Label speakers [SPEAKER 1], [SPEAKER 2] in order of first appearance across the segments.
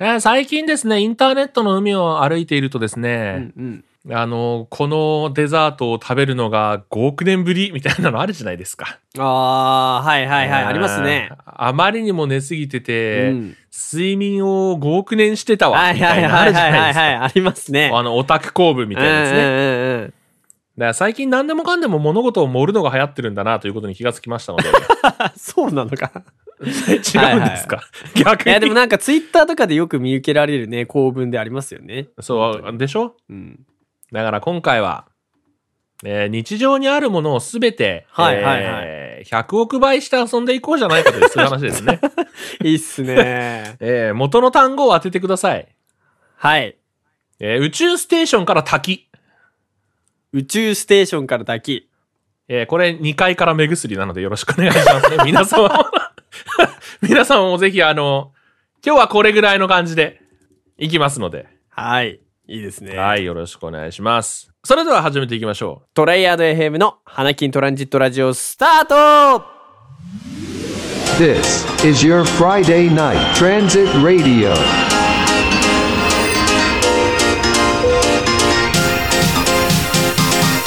[SPEAKER 1] えー最近ですね、インターネットの海を歩いているとですね、
[SPEAKER 2] うん
[SPEAKER 1] あの、このデザートを食べるのが5億年ぶりみたいなのあるじゃないですか。
[SPEAKER 2] うん。ああ、はいはいはい、
[SPEAKER 1] えー
[SPEAKER 2] ありますね。。
[SPEAKER 1] あまりにも寝すぎてて、
[SPEAKER 2] うん
[SPEAKER 1] 睡眠を5億年してたわ。
[SPEAKER 2] はい
[SPEAKER 1] みた
[SPEAKER 2] はい
[SPEAKER 1] いなのあ
[SPEAKER 2] はい
[SPEAKER 1] るじ
[SPEAKER 2] は
[SPEAKER 1] ゃ
[SPEAKER 2] い
[SPEAKER 1] ないで
[SPEAKER 2] はい、
[SPEAKER 1] すか。
[SPEAKER 2] はい、ありますね。
[SPEAKER 1] あの、オタク工部みたいなやつね。だか
[SPEAKER 2] うんうんうん うん
[SPEAKER 1] ら最近何でもかんでも物事を盛るのが流行ってるんだなということに気がつきました ので。
[SPEAKER 2] あそうなのか。
[SPEAKER 1] 違うんですか、
[SPEAKER 2] はいはい
[SPEAKER 1] 逆
[SPEAKER 2] い
[SPEAKER 1] に。
[SPEAKER 2] やでもなんかツイッターとかでよく見受けられるね、構文でありますよね。
[SPEAKER 1] そう、でしょ
[SPEAKER 2] うん。
[SPEAKER 1] だから今回は、えー日常にあるものをすべて、
[SPEAKER 2] はいはいはい
[SPEAKER 1] えー100億倍して遊んでいこうじゃないかというそういう話です ね。。
[SPEAKER 2] いいっすね
[SPEAKER 1] えー元の単語を当ててください。
[SPEAKER 2] はい。
[SPEAKER 1] えー宇宙ステーションから滝。
[SPEAKER 2] 宇宙ステーションから抱き。
[SPEAKER 1] えーこれ2階から目薬なのでよろしくお願いしますね。 皆様も 皆様もぜひあの、今日はこれぐらいの感じでいきますので、
[SPEAKER 2] はい。いいですね。
[SPEAKER 1] はい、よろしくお願いします。それでは始めていきましょう。
[SPEAKER 2] トライアード FM の花金トランジットラジオスタート
[SPEAKER 3] This is your Friday night transit radio.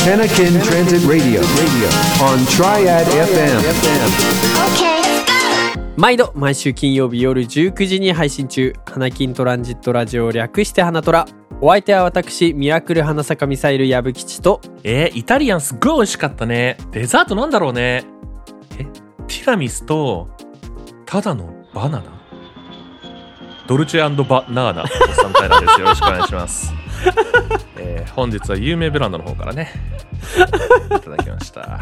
[SPEAKER 3] Panakin Transit Radio on Triad FM.
[SPEAKER 2] 毎度毎週金曜日夜19時に配信中花金トランジットラジオ略して花トラお相手は私ミラクル花坂ミサイル矢吹吉と
[SPEAKER 1] えーイタリアンすっごい美味しかったね。デザートなんだろうね。え、ティラミスと、ただのバナナドルチェバナーナ、おっさんタイラーです。よろしくお願いします。えー本日は有名ブランドの方からね、いただきました。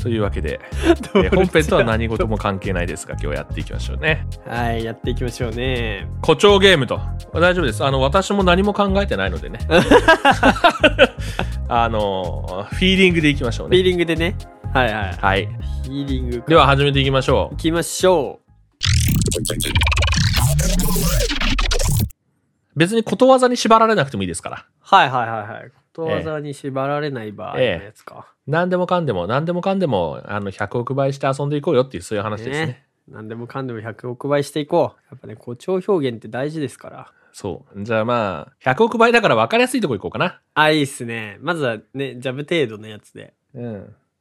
[SPEAKER 1] というわけで、えー本編とは何事も関係ないですが、今日やっていきましょうね。
[SPEAKER 2] はいやっていきましょうね
[SPEAKER 1] 誇張ゲームと大丈夫ですあの私も何も考えてないの でねあのフィーリングでいきましょう
[SPEAKER 2] フィー
[SPEAKER 1] ね
[SPEAKER 2] リングでねはいはい
[SPEAKER 1] はい
[SPEAKER 2] フィーリング
[SPEAKER 1] では始めていきましょ
[SPEAKER 2] いきましょ
[SPEAKER 1] う別にことわざに縛られなくてもいいですから
[SPEAKER 2] うはいはいはいはいことわざに縛られない場合のやつか、
[SPEAKER 1] 何でもかんでも何でもかんでもあの100億倍して遊んでいこうよっていうそういう話ですね
[SPEAKER 2] ね何でもかんでも100億倍していこうやっぱね誇張表現って大事ですから
[SPEAKER 1] そうじゃあまあ100億倍だから分かりやすいとこ行こうかな
[SPEAKER 2] あいいっすねまずはねジャブ程度のやつで
[SPEAKER 1] うん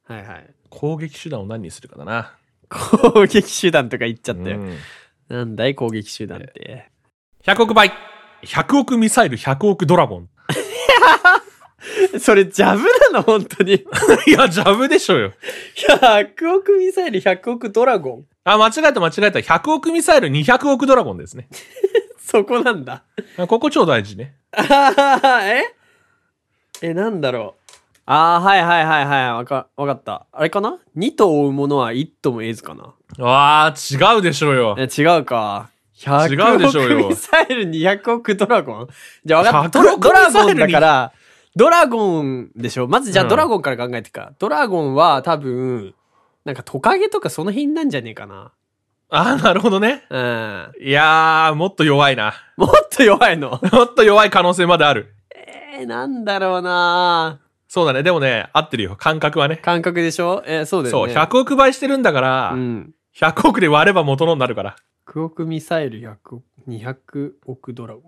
[SPEAKER 2] はいはい
[SPEAKER 1] 攻撃手段を何にするかだな
[SPEAKER 2] 攻撃手段とか言っちゃったよ、
[SPEAKER 1] うん
[SPEAKER 2] なんだい攻撃手段って。
[SPEAKER 1] 100億倍100億ミサイル100億ドラゴン
[SPEAKER 2] それジャブなの本当に。
[SPEAKER 1] いやジャブでしょよ
[SPEAKER 2] 100億ミサイル100億ドラゴン。
[SPEAKER 1] あ、間違えた間違えた。100億ミサイル200億ドラゴンですね。
[SPEAKER 2] そこなんだ。
[SPEAKER 1] あここ超大事ね。
[SPEAKER 2] あははええ、なんだろう。ああ、はいはいはいはい。わか、わかった。あれかな ?2 と追うものは1ともえずかな。
[SPEAKER 1] わあ、違うでしょうよ。
[SPEAKER 2] え、違うか。100
[SPEAKER 1] 違うでしょうよ
[SPEAKER 2] 億ミサイル200億ドラゴンじゃあ分かった。
[SPEAKER 1] 100
[SPEAKER 2] ドラ
[SPEAKER 1] 億
[SPEAKER 2] ドラゴ
[SPEAKER 1] ミサイ
[SPEAKER 2] ン
[SPEAKER 1] ル
[SPEAKER 2] だ
[SPEAKER 1] に
[SPEAKER 2] から、ドラゴンでしょ。まずじゃ
[SPEAKER 1] う
[SPEAKER 2] あ
[SPEAKER 1] ん
[SPEAKER 2] ドラゴンから考えてか。ドラゴンは多分、なんかトカゲとかその辺なんじゃねえかな。
[SPEAKER 1] あなるほどね。
[SPEAKER 2] うん。
[SPEAKER 1] いやー、もっと弱いな。。
[SPEAKER 2] もっと弱いの
[SPEAKER 1] もっと弱い可能性まである。
[SPEAKER 2] えー、なんだろうな
[SPEAKER 1] そうだね。でもね、合ってるよ。感覚はね。
[SPEAKER 2] 感覚でしょえーそうだ
[SPEAKER 1] そ
[SPEAKER 2] よ
[SPEAKER 1] う、
[SPEAKER 2] ね。
[SPEAKER 1] 100億倍してるんだから、
[SPEAKER 2] うん。
[SPEAKER 1] 100億で割れば元のになるから。
[SPEAKER 2] 100億ミサイル100億、200億ドラ ゴン。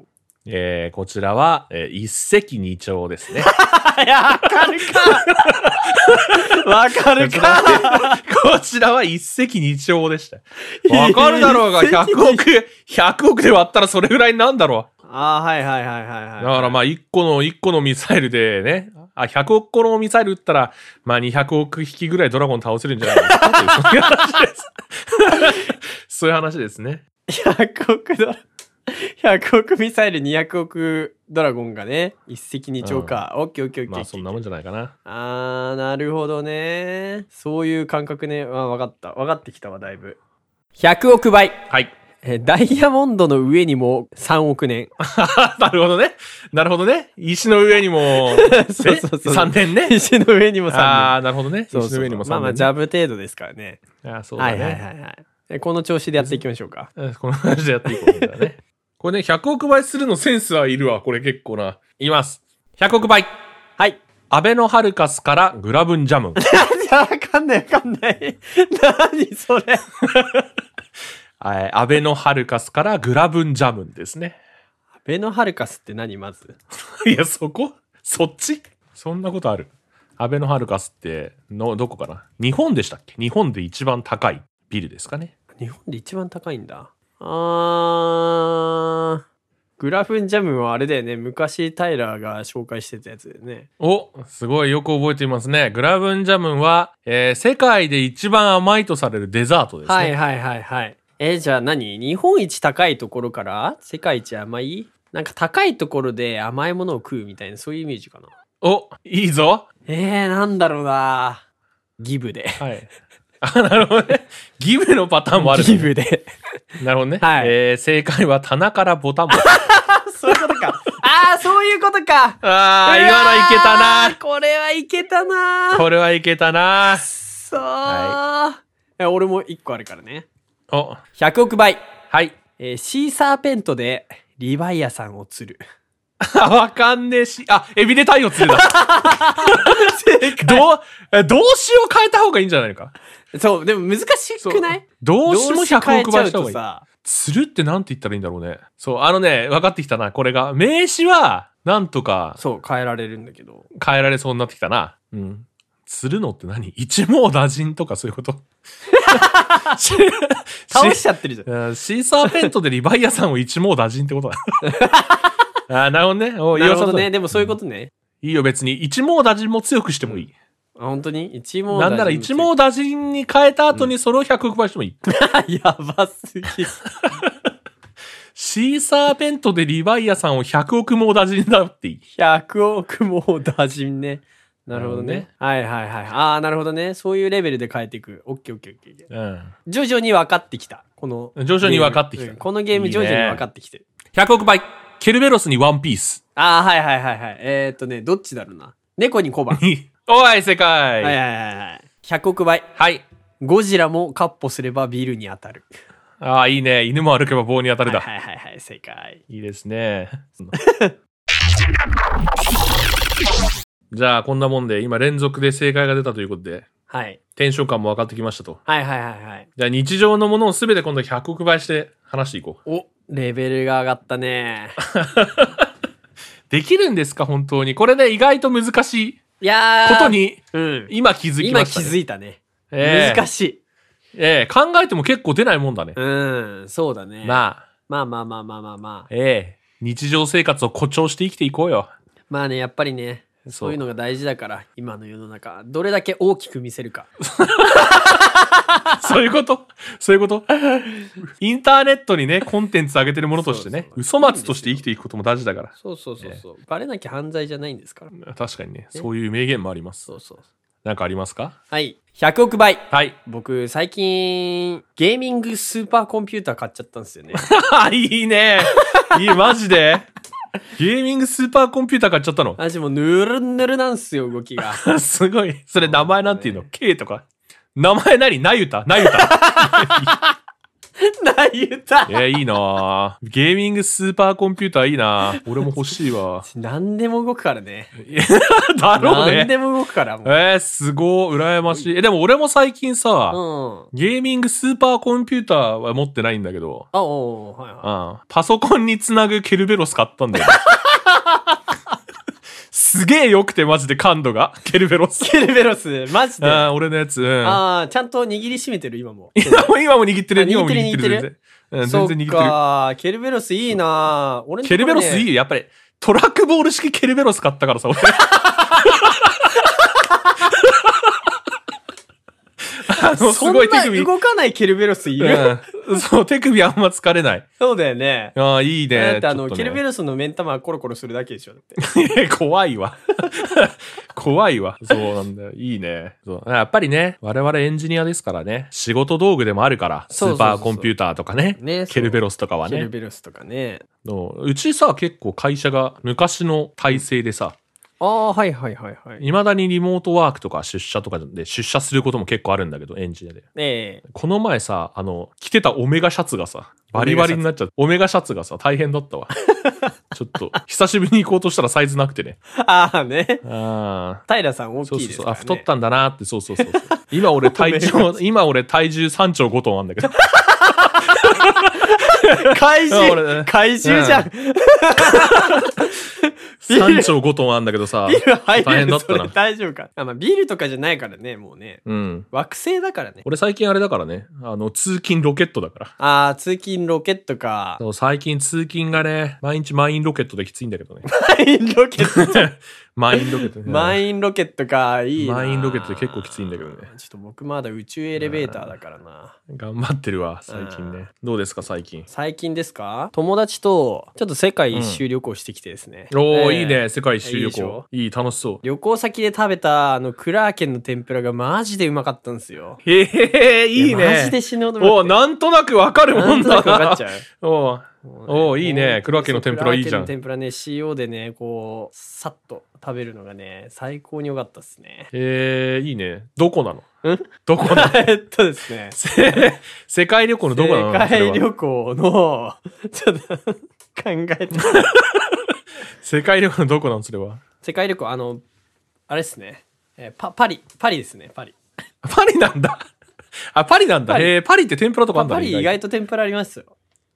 [SPEAKER 1] えー、こちらは、えー一石二鳥です ね。
[SPEAKER 2] いや、わかるか わかるか
[SPEAKER 1] こちらは一石二鳥でした。わかるだろうが、100億、100億で割ったらそれぐらいになんだろう。
[SPEAKER 2] ああ、はいはいはいはいはい。
[SPEAKER 1] だからまあ1個の1個のミサイルでね、あ、100億個のミサイル撃ったら、まあ200億匹ぐらいドラゴン倒せるんじゃないかなっていうそういう話です。そういう話ですね。
[SPEAKER 2] 100億ドラ、100億ミサイル200億ドラゴンがね、一石二鳥か。オッケーオッケーオッケー。
[SPEAKER 1] まあそんなもんじゃないかな。
[SPEAKER 2] あー、なるほどね。そういう感覚ね。わ、わかった。わかってきたわ、だいぶ。100億倍。
[SPEAKER 1] はい。
[SPEAKER 2] えダイヤモンドの上にも3億年。
[SPEAKER 1] なるほどね。なるほどね。石の上にも、
[SPEAKER 2] そうそうそう
[SPEAKER 1] 3年ね。
[SPEAKER 2] 石の上にも3年。
[SPEAKER 1] ああ、なるほどね。石
[SPEAKER 2] そ
[SPEAKER 1] の
[SPEAKER 2] うそう
[SPEAKER 1] 上にも3年、ね。
[SPEAKER 2] まあまあ、ジャブ程度ですからね。
[SPEAKER 1] あーそうだ
[SPEAKER 2] は
[SPEAKER 1] ね。
[SPEAKER 2] いはいはいはい。えこの調子でやっていきましょうか。
[SPEAKER 1] うん この話でやっていこうみたいな ね。これね、100億倍するのセンスはいるわ。これ結構な。いきます。100億倍。
[SPEAKER 2] はい。
[SPEAKER 1] アベノハルカスからグラブンジャム。
[SPEAKER 2] わかん ないわかんない。 何それ。
[SPEAKER 1] はい、安倍のハルカスからグラブンジャムンですね。
[SPEAKER 2] ベノハルカスって何まず
[SPEAKER 1] いや、そこそっちそんなことある。アベノハルカスっての、どこかな日本でしたっけ日本で一番高いビルですかね。
[SPEAKER 2] 日本で一番高いんだあーグラフンジャムはあれだよね昔タイラーが紹介してたやつだよね
[SPEAKER 1] お、すごいよく覚えていますね。グラブンジャムンは、えー世界で一番甘いとされるデザートですね。
[SPEAKER 2] はいはいはいはいえーじゃあ何日本一高いところから世界一甘いなんか高いところで甘いものを食うみたいなそういうイメージかな
[SPEAKER 1] お、いいぞ。
[SPEAKER 2] えー、なんだろうなギブで
[SPEAKER 1] はい。 あ、なるほどね。ギブのパターンもある、
[SPEAKER 2] ギブで
[SPEAKER 1] なるほどね。
[SPEAKER 2] はい
[SPEAKER 1] えー正解は棚からボタンも。
[SPEAKER 2] そういうこと かああそういうことか
[SPEAKER 1] あー、
[SPEAKER 2] うわ
[SPEAKER 1] 今
[SPEAKER 2] ー
[SPEAKER 1] のいけたな。
[SPEAKER 2] これはいけたな
[SPEAKER 1] これはいけたな。
[SPEAKER 2] そう、え俺も一個あるからね
[SPEAKER 1] お、
[SPEAKER 2] 100億倍、
[SPEAKER 1] はい。
[SPEAKER 2] えーシーサーペントでリヴァイアさんを釣る
[SPEAKER 1] あ わかんねえし、あ、エビで太陽釣れ た。どう、え動詞を変えた方がいいんじゃないのか。
[SPEAKER 2] そうでも難しくない
[SPEAKER 1] 動詞も
[SPEAKER 2] 動詞変
[SPEAKER 1] 100
[SPEAKER 2] え
[SPEAKER 1] 億
[SPEAKER 2] ちゃ
[SPEAKER 1] 倍
[SPEAKER 2] う
[SPEAKER 1] した方
[SPEAKER 2] と
[SPEAKER 1] がいい。
[SPEAKER 2] さ
[SPEAKER 1] 釣るってなんて言ったらいいんだろうね。そう、あのね、分かってきたな、これが。名詞は、なんとか
[SPEAKER 2] そう変えられるんだけど
[SPEAKER 1] 変えられそうになってきたな。うん。釣るのって何一網打尽とかそういうことし
[SPEAKER 2] 倒しちゃってるじゃん
[SPEAKER 1] うんシー サーペントでリヴァイアさんを一網打尽って ことだ。あーなるほどね。お
[SPEAKER 2] なるほどね
[SPEAKER 1] 良さ
[SPEAKER 2] でもそういうこと
[SPEAKER 1] そ
[SPEAKER 2] ね、
[SPEAKER 1] ういいよ、別に。一網打尽も強くしてもいい。
[SPEAKER 2] あ本当に一問
[SPEAKER 1] なんなら一網打尽に変えた後にそれを100億倍してもいい。
[SPEAKER 2] やばすぎ
[SPEAKER 1] シーサーペントでリヴァイアさんを100億網打尽だっていい。
[SPEAKER 2] 100億も打尽ねなるほどね
[SPEAKER 1] なる
[SPEAKER 2] はいはいはいああなるほどねそういうレベルで変えていくオッケーオッケーオッケーオッケー
[SPEAKER 1] うん。
[SPEAKER 2] 徐々に分かってきたこの
[SPEAKER 1] 徐々に分かってきた
[SPEAKER 2] うんこのゲーム徐々に分かってきてる
[SPEAKER 1] 100億倍。ケルベロスにワンピース。
[SPEAKER 2] ああ、はいはいはいはい。えー、っとね、どっちだろうな。猫に 小判。は
[SPEAKER 1] おい、世界。
[SPEAKER 2] いはいはいはい。100億倍。
[SPEAKER 1] はい
[SPEAKER 2] ゴジラもカッポすればビルに当たる。
[SPEAKER 1] ああ、いいね。犬も歩けば棒に当たる
[SPEAKER 2] はい
[SPEAKER 1] だ。
[SPEAKER 2] はいはいはい、正解。
[SPEAKER 1] いいですね。 じゃあ、こんなもんで、今連続で正解が出たということで、
[SPEAKER 2] はい。
[SPEAKER 1] テンション感も分かってきましたと。
[SPEAKER 2] はいはいはいはい。
[SPEAKER 1] じゃあ、日常のものをすべて今度100億倍して話していこう。
[SPEAKER 2] お、レベルが上がっ たね。
[SPEAKER 1] できるんですか本当に。これね、意外と難しい
[SPEAKER 2] いやー。
[SPEAKER 1] こと。に、
[SPEAKER 2] うん。
[SPEAKER 1] 今気づき
[SPEAKER 2] 今
[SPEAKER 1] ました、
[SPEAKER 2] 気
[SPEAKER 1] ね。
[SPEAKER 2] づいたね。
[SPEAKER 1] ええ
[SPEAKER 2] 難しい。
[SPEAKER 1] ええ考えても結構出ないもんだね。
[SPEAKER 2] うん、そうだね。
[SPEAKER 1] まあ、
[SPEAKER 2] まあまあまあまあまあまあ。
[SPEAKER 1] ええ日常生活を誇張して生きていこうよ。
[SPEAKER 2] まあね、やっぱりね、そういうのが大事だから、今の世の中、どれだけ大きく見せるか。
[SPEAKER 1] そういうことそういうことインターネットにね、コンテンツ上げてるものとしてね
[SPEAKER 2] そう、そう
[SPEAKER 1] 嘘松として生きていくことも大事だから。
[SPEAKER 2] そうそうそうそう。バレなきゃ犯罪じゃないんですから。
[SPEAKER 1] 確かにね、そういう名言もあります
[SPEAKER 2] そ。うそう。
[SPEAKER 1] なんかありますか
[SPEAKER 2] はい。100億倍。
[SPEAKER 1] はい。
[SPEAKER 2] 僕、最近、ゲーミングスーパーコンピューター買っちゃったんで すよね。
[SPEAKER 1] いいねいい、マジでゲーミングスーパーコンピューター買っちゃったの
[SPEAKER 2] 私もうぬるんぬるなんすよ、動きが。
[SPEAKER 1] すごい。それ名前なんていうの ?K とか名前何なゆたなゆた
[SPEAKER 2] な、言っ た
[SPEAKER 1] えー、いいなぁゲーミングスーパーコンピューターいいなぁ俺も欲しいわ。
[SPEAKER 2] 何でも動くからね。
[SPEAKER 1] いや だろうね。
[SPEAKER 2] 何でも動くから、もう。
[SPEAKER 1] えー、すごい、羨ましい。え、でも俺も最近さ、
[SPEAKER 2] うん。
[SPEAKER 1] ゲーミングスーパーコンピューターは持ってないんだけど、
[SPEAKER 2] あ、おうおうはいは
[SPEAKER 1] うん、パソコンにつなぐケルベロス買ったん だよ。すげえ良くて、マジで感度が。ケルベロス
[SPEAKER 2] い。。ケルベロス、マジで。あ
[SPEAKER 1] あー俺のやつ。うん、
[SPEAKER 2] あー、ちゃんと握りしめてる、今も。
[SPEAKER 1] 今も今も握って
[SPEAKER 2] あ
[SPEAKER 1] る。今も
[SPEAKER 2] 握
[SPEAKER 1] 握
[SPEAKER 2] っ
[SPEAKER 1] ってて
[SPEAKER 2] る
[SPEAKER 1] る。全然
[SPEAKER 2] そ
[SPEAKER 1] うん
[SPEAKER 2] っ
[SPEAKER 1] 全然握って
[SPEAKER 2] かー、ケルベロスいいなー俺
[SPEAKER 1] る。ケルベロスい
[SPEAKER 2] い
[SPEAKER 1] いやっぱり、トラックボール式ケルベロス買ったからさ、 俺。あのす
[SPEAKER 2] そん
[SPEAKER 1] ごい手首
[SPEAKER 2] な動かないケルベロスいる
[SPEAKER 1] うん そう、手首あんま疲れない。
[SPEAKER 2] そうだよね。
[SPEAKER 1] ああ、いいね。
[SPEAKER 2] だってあ
[SPEAKER 1] ちょ
[SPEAKER 2] の、
[SPEAKER 1] っとね
[SPEAKER 2] ケルベロスの目ん玉はコロコロするだけでしょ、だって。
[SPEAKER 1] 怖 いわ。 怖いわ。そうなんだよ。いいね。そうやっぱりね、我々エンジニアですからね、仕事道具でもあるから、ス
[SPEAKER 2] そうそう
[SPEAKER 1] ー
[SPEAKER 2] そうそう
[SPEAKER 1] パーコンピューターとかね、
[SPEAKER 2] ねそう
[SPEAKER 1] ケルベロスとかは
[SPEAKER 2] ケル
[SPEAKER 1] ね。
[SPEAKER 2] ベロスとかね。
[SPEAKER 1] のうちさ、結構会社が昔の体制でさ、
[SPEAKER 2] ああ、はいはいはいはい。
[SPEAKER 1] いまだにリモートワークとか出社とかで出社することも結構あるんだけど、エンジニアで。
[SPEAKER 2] ええ
[SPEAKER 1] この前さ、あの、着てたオメガシャツがさ、バリバリになっちゃって、オメガシャツがさ、大変だ ったわ。ちょっと、久しぶりに行こうとしたらサイズなくてね。
[SPEAKER 2] ああね。
[SPEAKER 1] ああ。
[SPEAKER 2] 平さん大
[SPEAKER 1] そうそ
[SPEAKER 2] きい
[SPEAKER 1] う
[SPEAKER 2] です
[SPEAKER 1] そ
[SPEAKER 2] か
[SPEAKER 1] う、
[SPEAKER 2] ら、
[SPEAKER 1] あ
[SPEAKER 2] ね。
[SPEAKER 1] 太ったんだなってそうそうそうそう今俺体重今俺体重3兆5トンあんだけど
[SPEAKER 2] 怪
[SPEAKER 1] あ
[SPEAKER 2] 獣、
[SPEAKER 1] 俺ね
[SPEAKER 2] 怪獣じゃん。ビール
[SPEAKER 1] 3丁5トンあんだけどさ
[SPEAKER 2] ビール入
[SPEAKER 1] 大
[SPEAKER 2] れ
[SPEAKER 1] 変だ
[SPEAKER 2] る
[SPEAKER 1] っ
[SPEAKER 2] そ
[SPEAKER 1] た
[SPEAKER 2] れ
[SPEAKER 1] な
[SPEAKER 2] 大丈夫か。あまあ、ビールとかじゃないからね、もうね。
[SPEAKER 1] うん
[SPEAKER 2] 惑星だからね。
[SPEAKER 1] 俺最近あれだからねあの通勤ロケットだから
[SPEAKER 2] あー、通勤ロケットか。
[SPEAKER 1] そう最近通勤がね毎日満員ロケットできついんだけどね
[SPEAKER 2] マインロケット。
[SPEAKER 1] 満員ロケットね
[SPEAKER 2] マインロケットか、いいな。
[SPEAKER 1] 満員ロケットで結構きついんだけどね
[SPEAKER 2] ちょっと僕まだ宇宙エレベーターだからな。
[SPEAKER 1] 頑張ってるわ最近ねどうですか最近
[SPEAKER 2] 最近ですか友達と、ちょっと世界一周旅行してきてですね。
[SPEAKER 1] おー、
[SPEAKER 2] ええ
[SPEAKER 1] いいね世界一周
[SPEAKER 2] い
[SPEAKER 1] 旅
[SPEAKER 2] いでしょ
[SPEAKER 1] 行いい楽しそう
[SPEAKER 2] 旅行先で食べた、あの、クラーケンの天ぷらがマジでうまかったんですよ。
[SPEAKER 1] へえいい
[SPEAKER 2] や
[SPEAKER 1] ね
[SPEAKER 2] マジで死ぬほどうまくて
[SPEAKER 1] おなんとなくわかるも
[SPEAKER 2] なんんと
[SPEAKER 1] だな
[SPEAKER 2] なく分かっちゃう。
[SPEAKER 1] おう おういいねクラーケンの天ぷらいいじゃん
[SPEAKER 2] クラーケンの天ぷらね、塩でね、こう、さっと食べるのがね、最高に良かったですね。
[SPEAKER 1] えー、いいねどこなの
[SPEAKER 2] ん
[SPEAKER 1] どこなの
[SPEAKER 2] えっとですね。
[SPEAKER 1] せ世界旅行のどこなの
[SPEAKER 2] 世
[SPEAKER 1] それ
[SPEAKER 2] 界
[SPEAKER 1] は
[SPEAKER 2] 旅行の、 ちょっと考えて。
[SPEAKER 1] 世界旅行のどこなのそれは
[SPEAKER 2] 世界旅行、あの、あれですね。えーパパリ、パリですね、パリ。
[SPEAKER 1] パリなんだあパリなんだ
[SPEAKER 2] パリ
[SPEAKER 1] へえパリって天ぷらとかあ
[SPEAKER 2] パ
[SPEAKER 1] んだ
[SPEAKER 2] パ
[SPEAKER 1] ね
[SPEAKER 2] リ意外と天ぷらありますよ。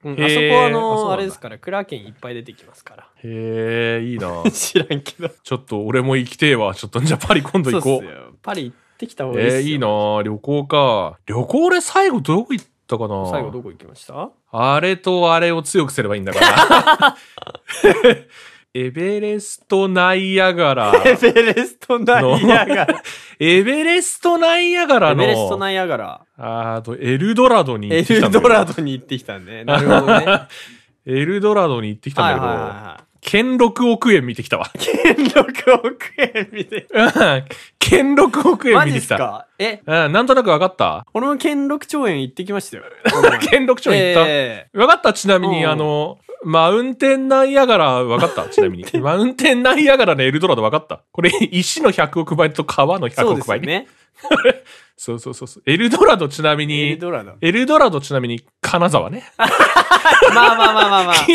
[SPEAKER 2] うん、あそこ
[SPEAKER 1] へー
[SPEAKER 2] あ
[SPEAKER 1] あそうなん
[SPEAKER 2] の、
[SPEAKER 1] だ
[SPEAKER 2] あれですから、クラーケンいっぱい出てきますから。
[SPEAKER 1] へえいいな
[SPEAKER 2] 知らんけど。
[SPEAKER 1] ちょっと俺も行きてえわちょっとじゃあパリ今度
[SPEAKER 2] そう
[SPEAKER 1] 行
[SPEAKER 2] っす
[SPEAKER 1] こう
[SPEAKER 2] よ。パリ行ってきた方がいいっす
[SPEAKER 1] え
[SPEAKER 2] よ。
[SPEAKER 1] ー、いいなあ旅行か旅行俺最後どこ行ったかな
[SPEAKER 2] 最後どこ行きました
[SPEAKER 1] あれとあれを強くすればいいんだからなエベレストナイアガラ
[SPEAKER 2] エベレストナイアガラ。
[SPEAKER 1] エベレストナイアガラ
[SPEAKER 2] エ
[SPEAKER 1] の
[SPEAKER 2] ベレストナイアガラ。
[SPEAKER 1] あーとエルドラドに行
[SPEAKER 2] エ
[SPEAKER 1] ってきた
[SPEAKER 2] ル
[SPEAKER 1] んだ
[SPEAKER 2] ド
[SPEAKER 1] けど
[SPEAKER 2] ラドに行ってきたんで。なるほどね。は
[SPEAKER 1] エルドラドに行ってき
[SPEAKER 2] いは
[SPEAKER 1] た
[SPEAKER 2] い
[SPEAKER 1] んだけど、
[SPEAKER 2] は
[SPEAKER 1] 兼6億円見てきたわ
[SPEAKER 2] い。兼六億円 見て。
[SPEAKER 1] うん兼6億円
[SPEAKER 2] マ
[SPEAKER 1] 見て
[SPEAKER 2] ジっ
[SPEAKER 1] き
[SPEAKER 2] す
[SPEAKER 1] た
[SPEAKER 2] かえ、
[SPEAKER 1] うん、なんとなく分かった
[SPEAKER 2] 俺も兼六兆円行ってきま したよ。
[SPEAKER 1] 兼6兆円行った、
[SPEAKER 2] え
[SPEAKER 1] 分かったちなみに、
[SPEAKER 2] うん
[SPEAKER 1] あの、マウンテンナイアガラ、分かったちなみ に。マウンテンナイアガラのエルドラド分かったこれ、石の100億倍と川の
[SPEAKER 2] えそ
[SPEAKER 1] 100
[SPEAKER 2] うで
[SPEAKER 1] 億
[SPEAKER 2] すよ
[SPEAKER 1] 倍。
[SPEAKER 2] ね。
[SPEAKER 1] そうそうそうそう。エルドラドちなみに、
[SPEAKER 2] エ
[SPEAKER 1] エ
[SPEAKER 2] ル
[SPEAKER 1] ル
[SPEAKER 2] ドラド。
[SPEAKER 1] ドラドちなみに金沢ね。
[SPEAKER 2] まあまあまあまあまあ。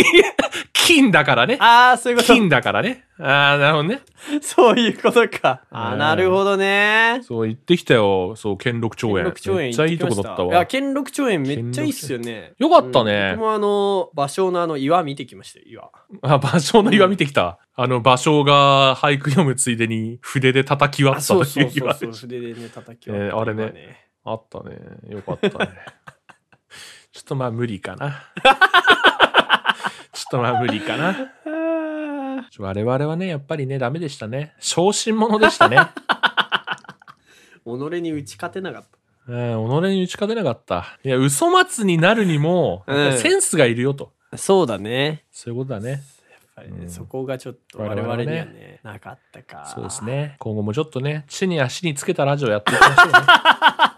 [SPEAKER 1] 金だからね。
[SPEAKER 2] ああ、そういうこと。
[SPEAKER 1] 金だからね。ああ、なるほどね。
[SPEAKER 2] そういうことか。あ
[SPEAKER 1] う
[SPEAKER 2] ー
[SPEAKER 1] ん
[SPEAKER 2] なるほどね。
[SPEAKER 1] そう、行ってきたよ。そう、兼六兆
[SPEAKER 2] 兼
[SPEAKER 1] 円。
[SPEAKER 2] 六兆円
[SPEAKER 1] めっ
[SPEAKER 2] 行
[SPEAKER 1] ちゃ
[SPEAKER 2] っ
[SPEAKER 1] い
[SPEAKER 2] て
[SPEAKER 1] い
[SPEAKER 2] き
[SPEAKER 1] とこ
[SPEAKER 2] ました。
[SPEAKER 1] だった
[SPEAKER 2] いや、
[SPEAKER 1] わ。
[SPEAKER 2] 兼六兆円めっちゃいいっすよね。
[SPEAKER 1] よかったね
[SPEAKER 2] うん僕もあの、場所のあの岩見てきましたよ、岩。
[SPEAKER 1] あ、芭蕉の岩見てきた。あの、芭蕉が俳句読むついでに筆で叩き割
[SPEAKER 2] あ
[SPEAKER 1] ったと
[SPEAKER 2] そ
[SPEAKER 1] いう
[SPEAKER 2] そう
[SPEAKER 1] 言
[SPEAKER 2] そ
[SPEAKER 1] わ
[SPEAKER 2] う
[SPEAKER 1] れ
[SPEAKER 2] そう筆でね叩き
[SPEAKER 1] えーあれね
[SPEAKER 2] 今
[SPEAKER 1] あったね。よかったね。 ちょっとまあ無理かな。ちょっとまあ無理かな。
[SPEAKER 2] あ
[SPEAKER 1] ちょ我々はね、やっぱりね、ダメでしたね。小心者で したね。
[SPEAKER 2] ー己に打ち勝てなかった
[SPEAKER 1] うん、己に打ち勝てなかった。いや、嘘松になるにも、
[SPEAKER 2] うん
[SPEAKER 1] やっぱりセンスがいるよと。
[SPEAKER 2] そうだね
[SPEAKER 1] そういうことだね。
[SPEAKER 2] やっぱり
[SPEAKER 1] う
[SPEAKER 2] ね
[SPEAKER 1] ん
[SPEAKER 2] そこがちょっと
[SPEAKER 1] 我
[SPEAKER 2] 我
[SPEAKER 1] 々は
[SPEAKER 2] 々
[SPEAKER 1] ね
[SPEAKER 2] にはねなかったか
[SPEAKER 1] そうですね。今後もちょっとね、地に足につけたラジオやっていきましょうね。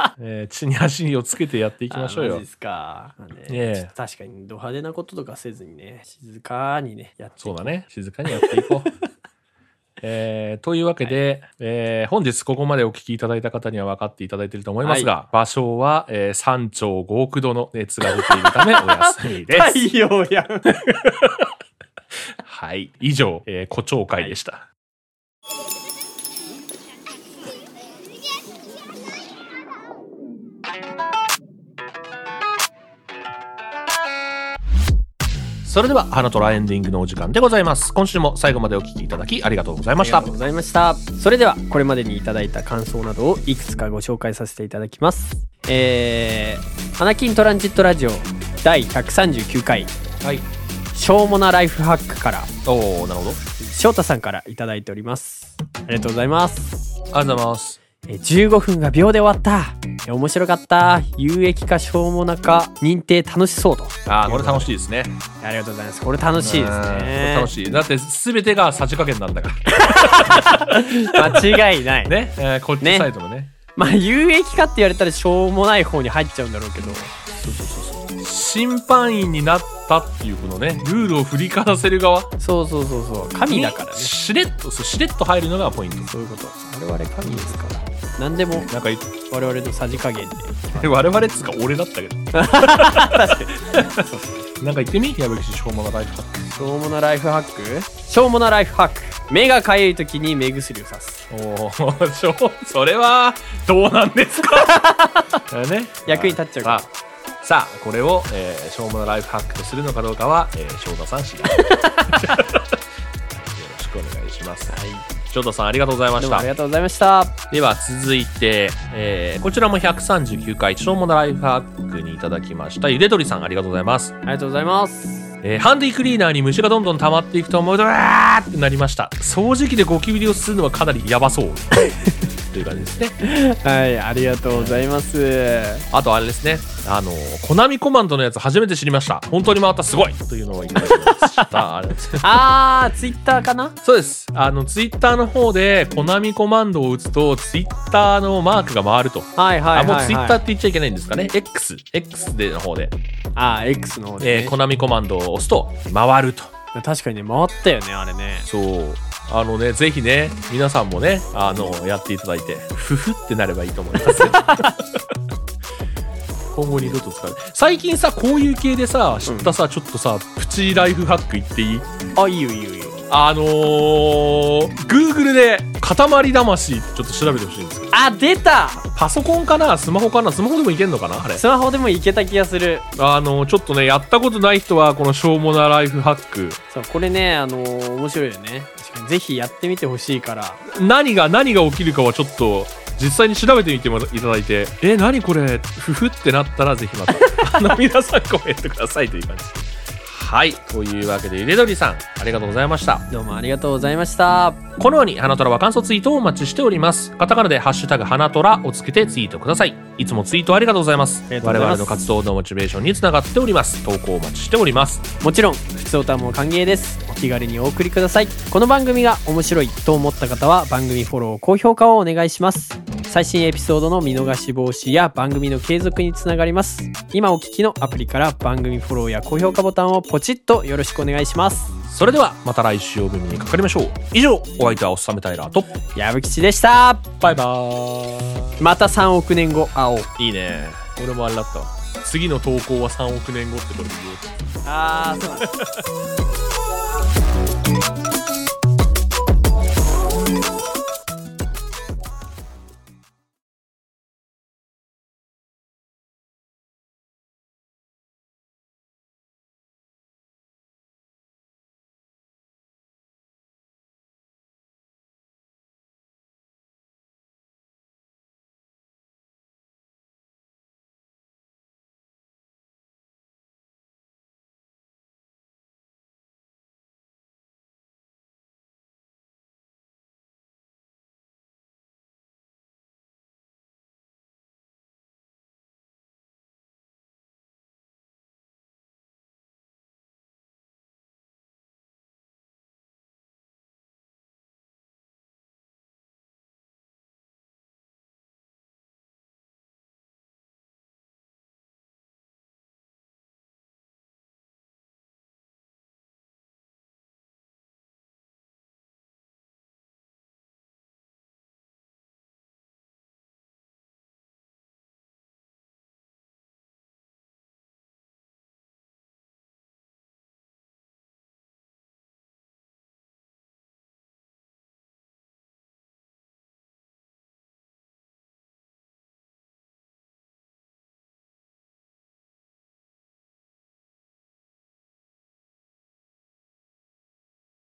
[SPEAKER 1] えー地に足にをつけてやっていき
[SPEAKER 2] あー
[SPEAKER 1] ましょう
[SPEAKER 2] マ
[SPEAKER 1] よ
[SPEAKER 2] ジで。すか、まあね
[SPEAKER 1] ええ
[SPEAKER 2] ちょっと確かにド派手なこととかせずにね静かにねやって
[SPEAKER 1] そうだね。静かにやっていこう。 えーというわけで、えー本日ここまでお聞きいただいた方には分かっていただいていると思いますが、場所は、えー3兆5億度の熱が出ているためお休み で
[SPEAKER 2] 太
[SPEAKER 1] す。
[SPEAKER 2] 陽や ん
[SPEAKER 1] はい。以上、えー、胡蝶会でした。それでは、花とらエンディングのお時間でございます。今週も最後までお聞きいただきありがとうございまし
[SPEAKER 2] ありが
[SPEAKER 1] た
[SPEAKER 2] とう。ございましたそれではこれまでにいただいた感想などをいくつかご紹介させていただきますえー「花金トランジットラジオ」第139回
[SPEAKER 1] はい。
[SPEAKER 2] 「しょうもなライフハック」から
[SPEAKER 1] おおなるほど。
[SPEAKER 2] 翔太さんからいただいておりますありがとうございます
[SPEAKER 1] ありがとうございます。
[SPEAKER 2] えー15分が秒で終わったえー面白かった有益かしょうもなか認定楽しそうと
[SPEAKER 1] ああ、これ楽しいですね。
[SPEAKER 2] ありがとうございますこれ楽しいです
[SPEAKER 1] うんこ
[SPEAKER 2] ね
[SPEAKER 1] れ楽しい。だって、すべてがさじ加減なんだから。
[SPEAKER 2] 間 違いない、
[SPEAKER 1] ね。えーこっちサイドもね。
[SPEAKER 2] まあ有益かって言われたらしょうもない方に入っちゃうんだろうけど
[SPEAKER 1] 審判員になったっていうこのね、ルールを振りかざせる側。
[SPEAKER 2] そうそうそうそう神だからね
[SPEAKER 1] しれっと、そう、しれっと入るのがポイント。
[SPEAKER 2] そういうこと我々神ですから何でも
[SPEAKER 1] なんか言っ
[SPEAKER 2] 我々のさじ加減で
[SPEAKER 1] て、我々っつうか俺だったけど。
[SPEAKER 2] 確か
[SPEAKER 1] なんか言ってみ矢吹市昭和が大好き。
[SPEAKER 2] にしょうもなライフハックしょうもなライフハック目がかゆい時に目薬をさす
[SPEAKER 1] おお、し ょそれは、どうなんですかだよね。
[SPEAKER 2] 役に立っちゃう
[SPEAKER 1] あ
[SPEAKER 2] から
[SPEAKER 1] さあこれを、えーしょうもなライフハックとするのかどうかは、えー、翔太さん次 第よろしくお願いします、翔太さんありがとうございま
[SPEAKER 2] ど
[SPEAKER 1] し
[SPEAKER 2] うも
[SPEAKER 1] た
[SPEAKER 2] ありがとうございました。
[SPEAKER 1] では続いて、えーこちらも139回しょうもなライフハックにいただきましたゆでどりさんありがとうございます
[SPEAKER 2] ありがとうございます。
[SPEAKER 1] えーハンディクリーナーに虫がどんどん溜まっていくと思うとうわーってなりました掃除機でゴキブリをするのはかなりやばそう という感じですね
[SPEAKER 2] はい、ありがとうございます。
[SPEAKER 1] あとあれですねあのコナミコマンドのやつ初めて知りました本当に回ったすごいというのをいただきましたあれです
[SPEAKER 2] あー、ツイッターかな
[SPEAKER 1] そうですあのツイッターの方でコナミコマンドを打つとツイッターのマークが回ると
[SPEAKER 2] はいはいはい、は
[SPEAKER 1] あ
[SPEAKER 2] い。
[SPEAKER 1] もうツイッターって言っちゃいけないんですかね X, X での方で、
[SPEAKER 2] あー、X の方で、
[SPEAKER 1] え
[SPEAKER 2] ね
[SPEAKER 1] ーコナミコマンドを押すと回ると
[SPEAKER 2] 確かにね、回ったよね、あれね。
[SPEAKER 1] そうあのねぜひね皆さんもねあのやっていただいてふふってなればいいと思い ます今後二度と使う最近さこういう系でさ知ったさ、ちょっとさプチライフハック言っていい
[SPEAKER 2] あ、いいよいいよいいよ。
[SPEAKER 1] あのー、Google で「塊魂」ちょっと調べてほしいんですけど
[SPEAKER 2] あ、出た
[SPEAKER 1] パソコンかなスマホかなスマホでもいけんのかなあれ
[SPEAKER 2] スマホでもいけた気がする。
[SPEAKER 1] あのちょっとねやったことない人はこの「しょうもなライフハック」
[SPEAKER 2] そう、これね、あのー面白いよね。確かに、ぜひやってみてほしいから。
[SPEAKER 1] 何が何が起きるかはちょっと実際に調べてみていただいてえ何これふふってなったらぜひまたあ の皆さんコメントくださいという感じはいというわけでゆでどりさんありがとうございました
[SPEAKER 2] どうもありがとうございました。
[SPEAKER 1] このように花虎は感想ツイートをお待ちしておりますカタカナで「ハッシュタグ花虎」をつけてツイートくださいいつもツイートありがとうございます
[SPEAKER 2] りがとうござ
[SPEAKER 1] 我
[SPEAKER 2] います
[SPEAKER 1] 々の活動のモチベーションにつながっております投稿お待ちしております
[SPEAKER 2] もちろん普通歌も歓迎ですお気軽にお送りくださいこの番組が面白いと思った方は番組フォロー高評価をお願いします最新エピソードの見逃し防止や番組の継続につながります今お聞きのアプリから番組フォローや高評価ボタンをポチッとよろしくお願いします
[SPEAKER 1] それではまた来週お耳にかかりましょう以上お相手はおっさめタイラーと
[SPEAKER 2] 矢吹吉でした
[SPEAKER 1] バイバー
[SPEAKER 2] また3億年後会おう
[SPEAKER 1] イいいね俺もあれだったわ次の投稿は3億年後ってこれで言おう
[SPEAKER 2] あーそうだ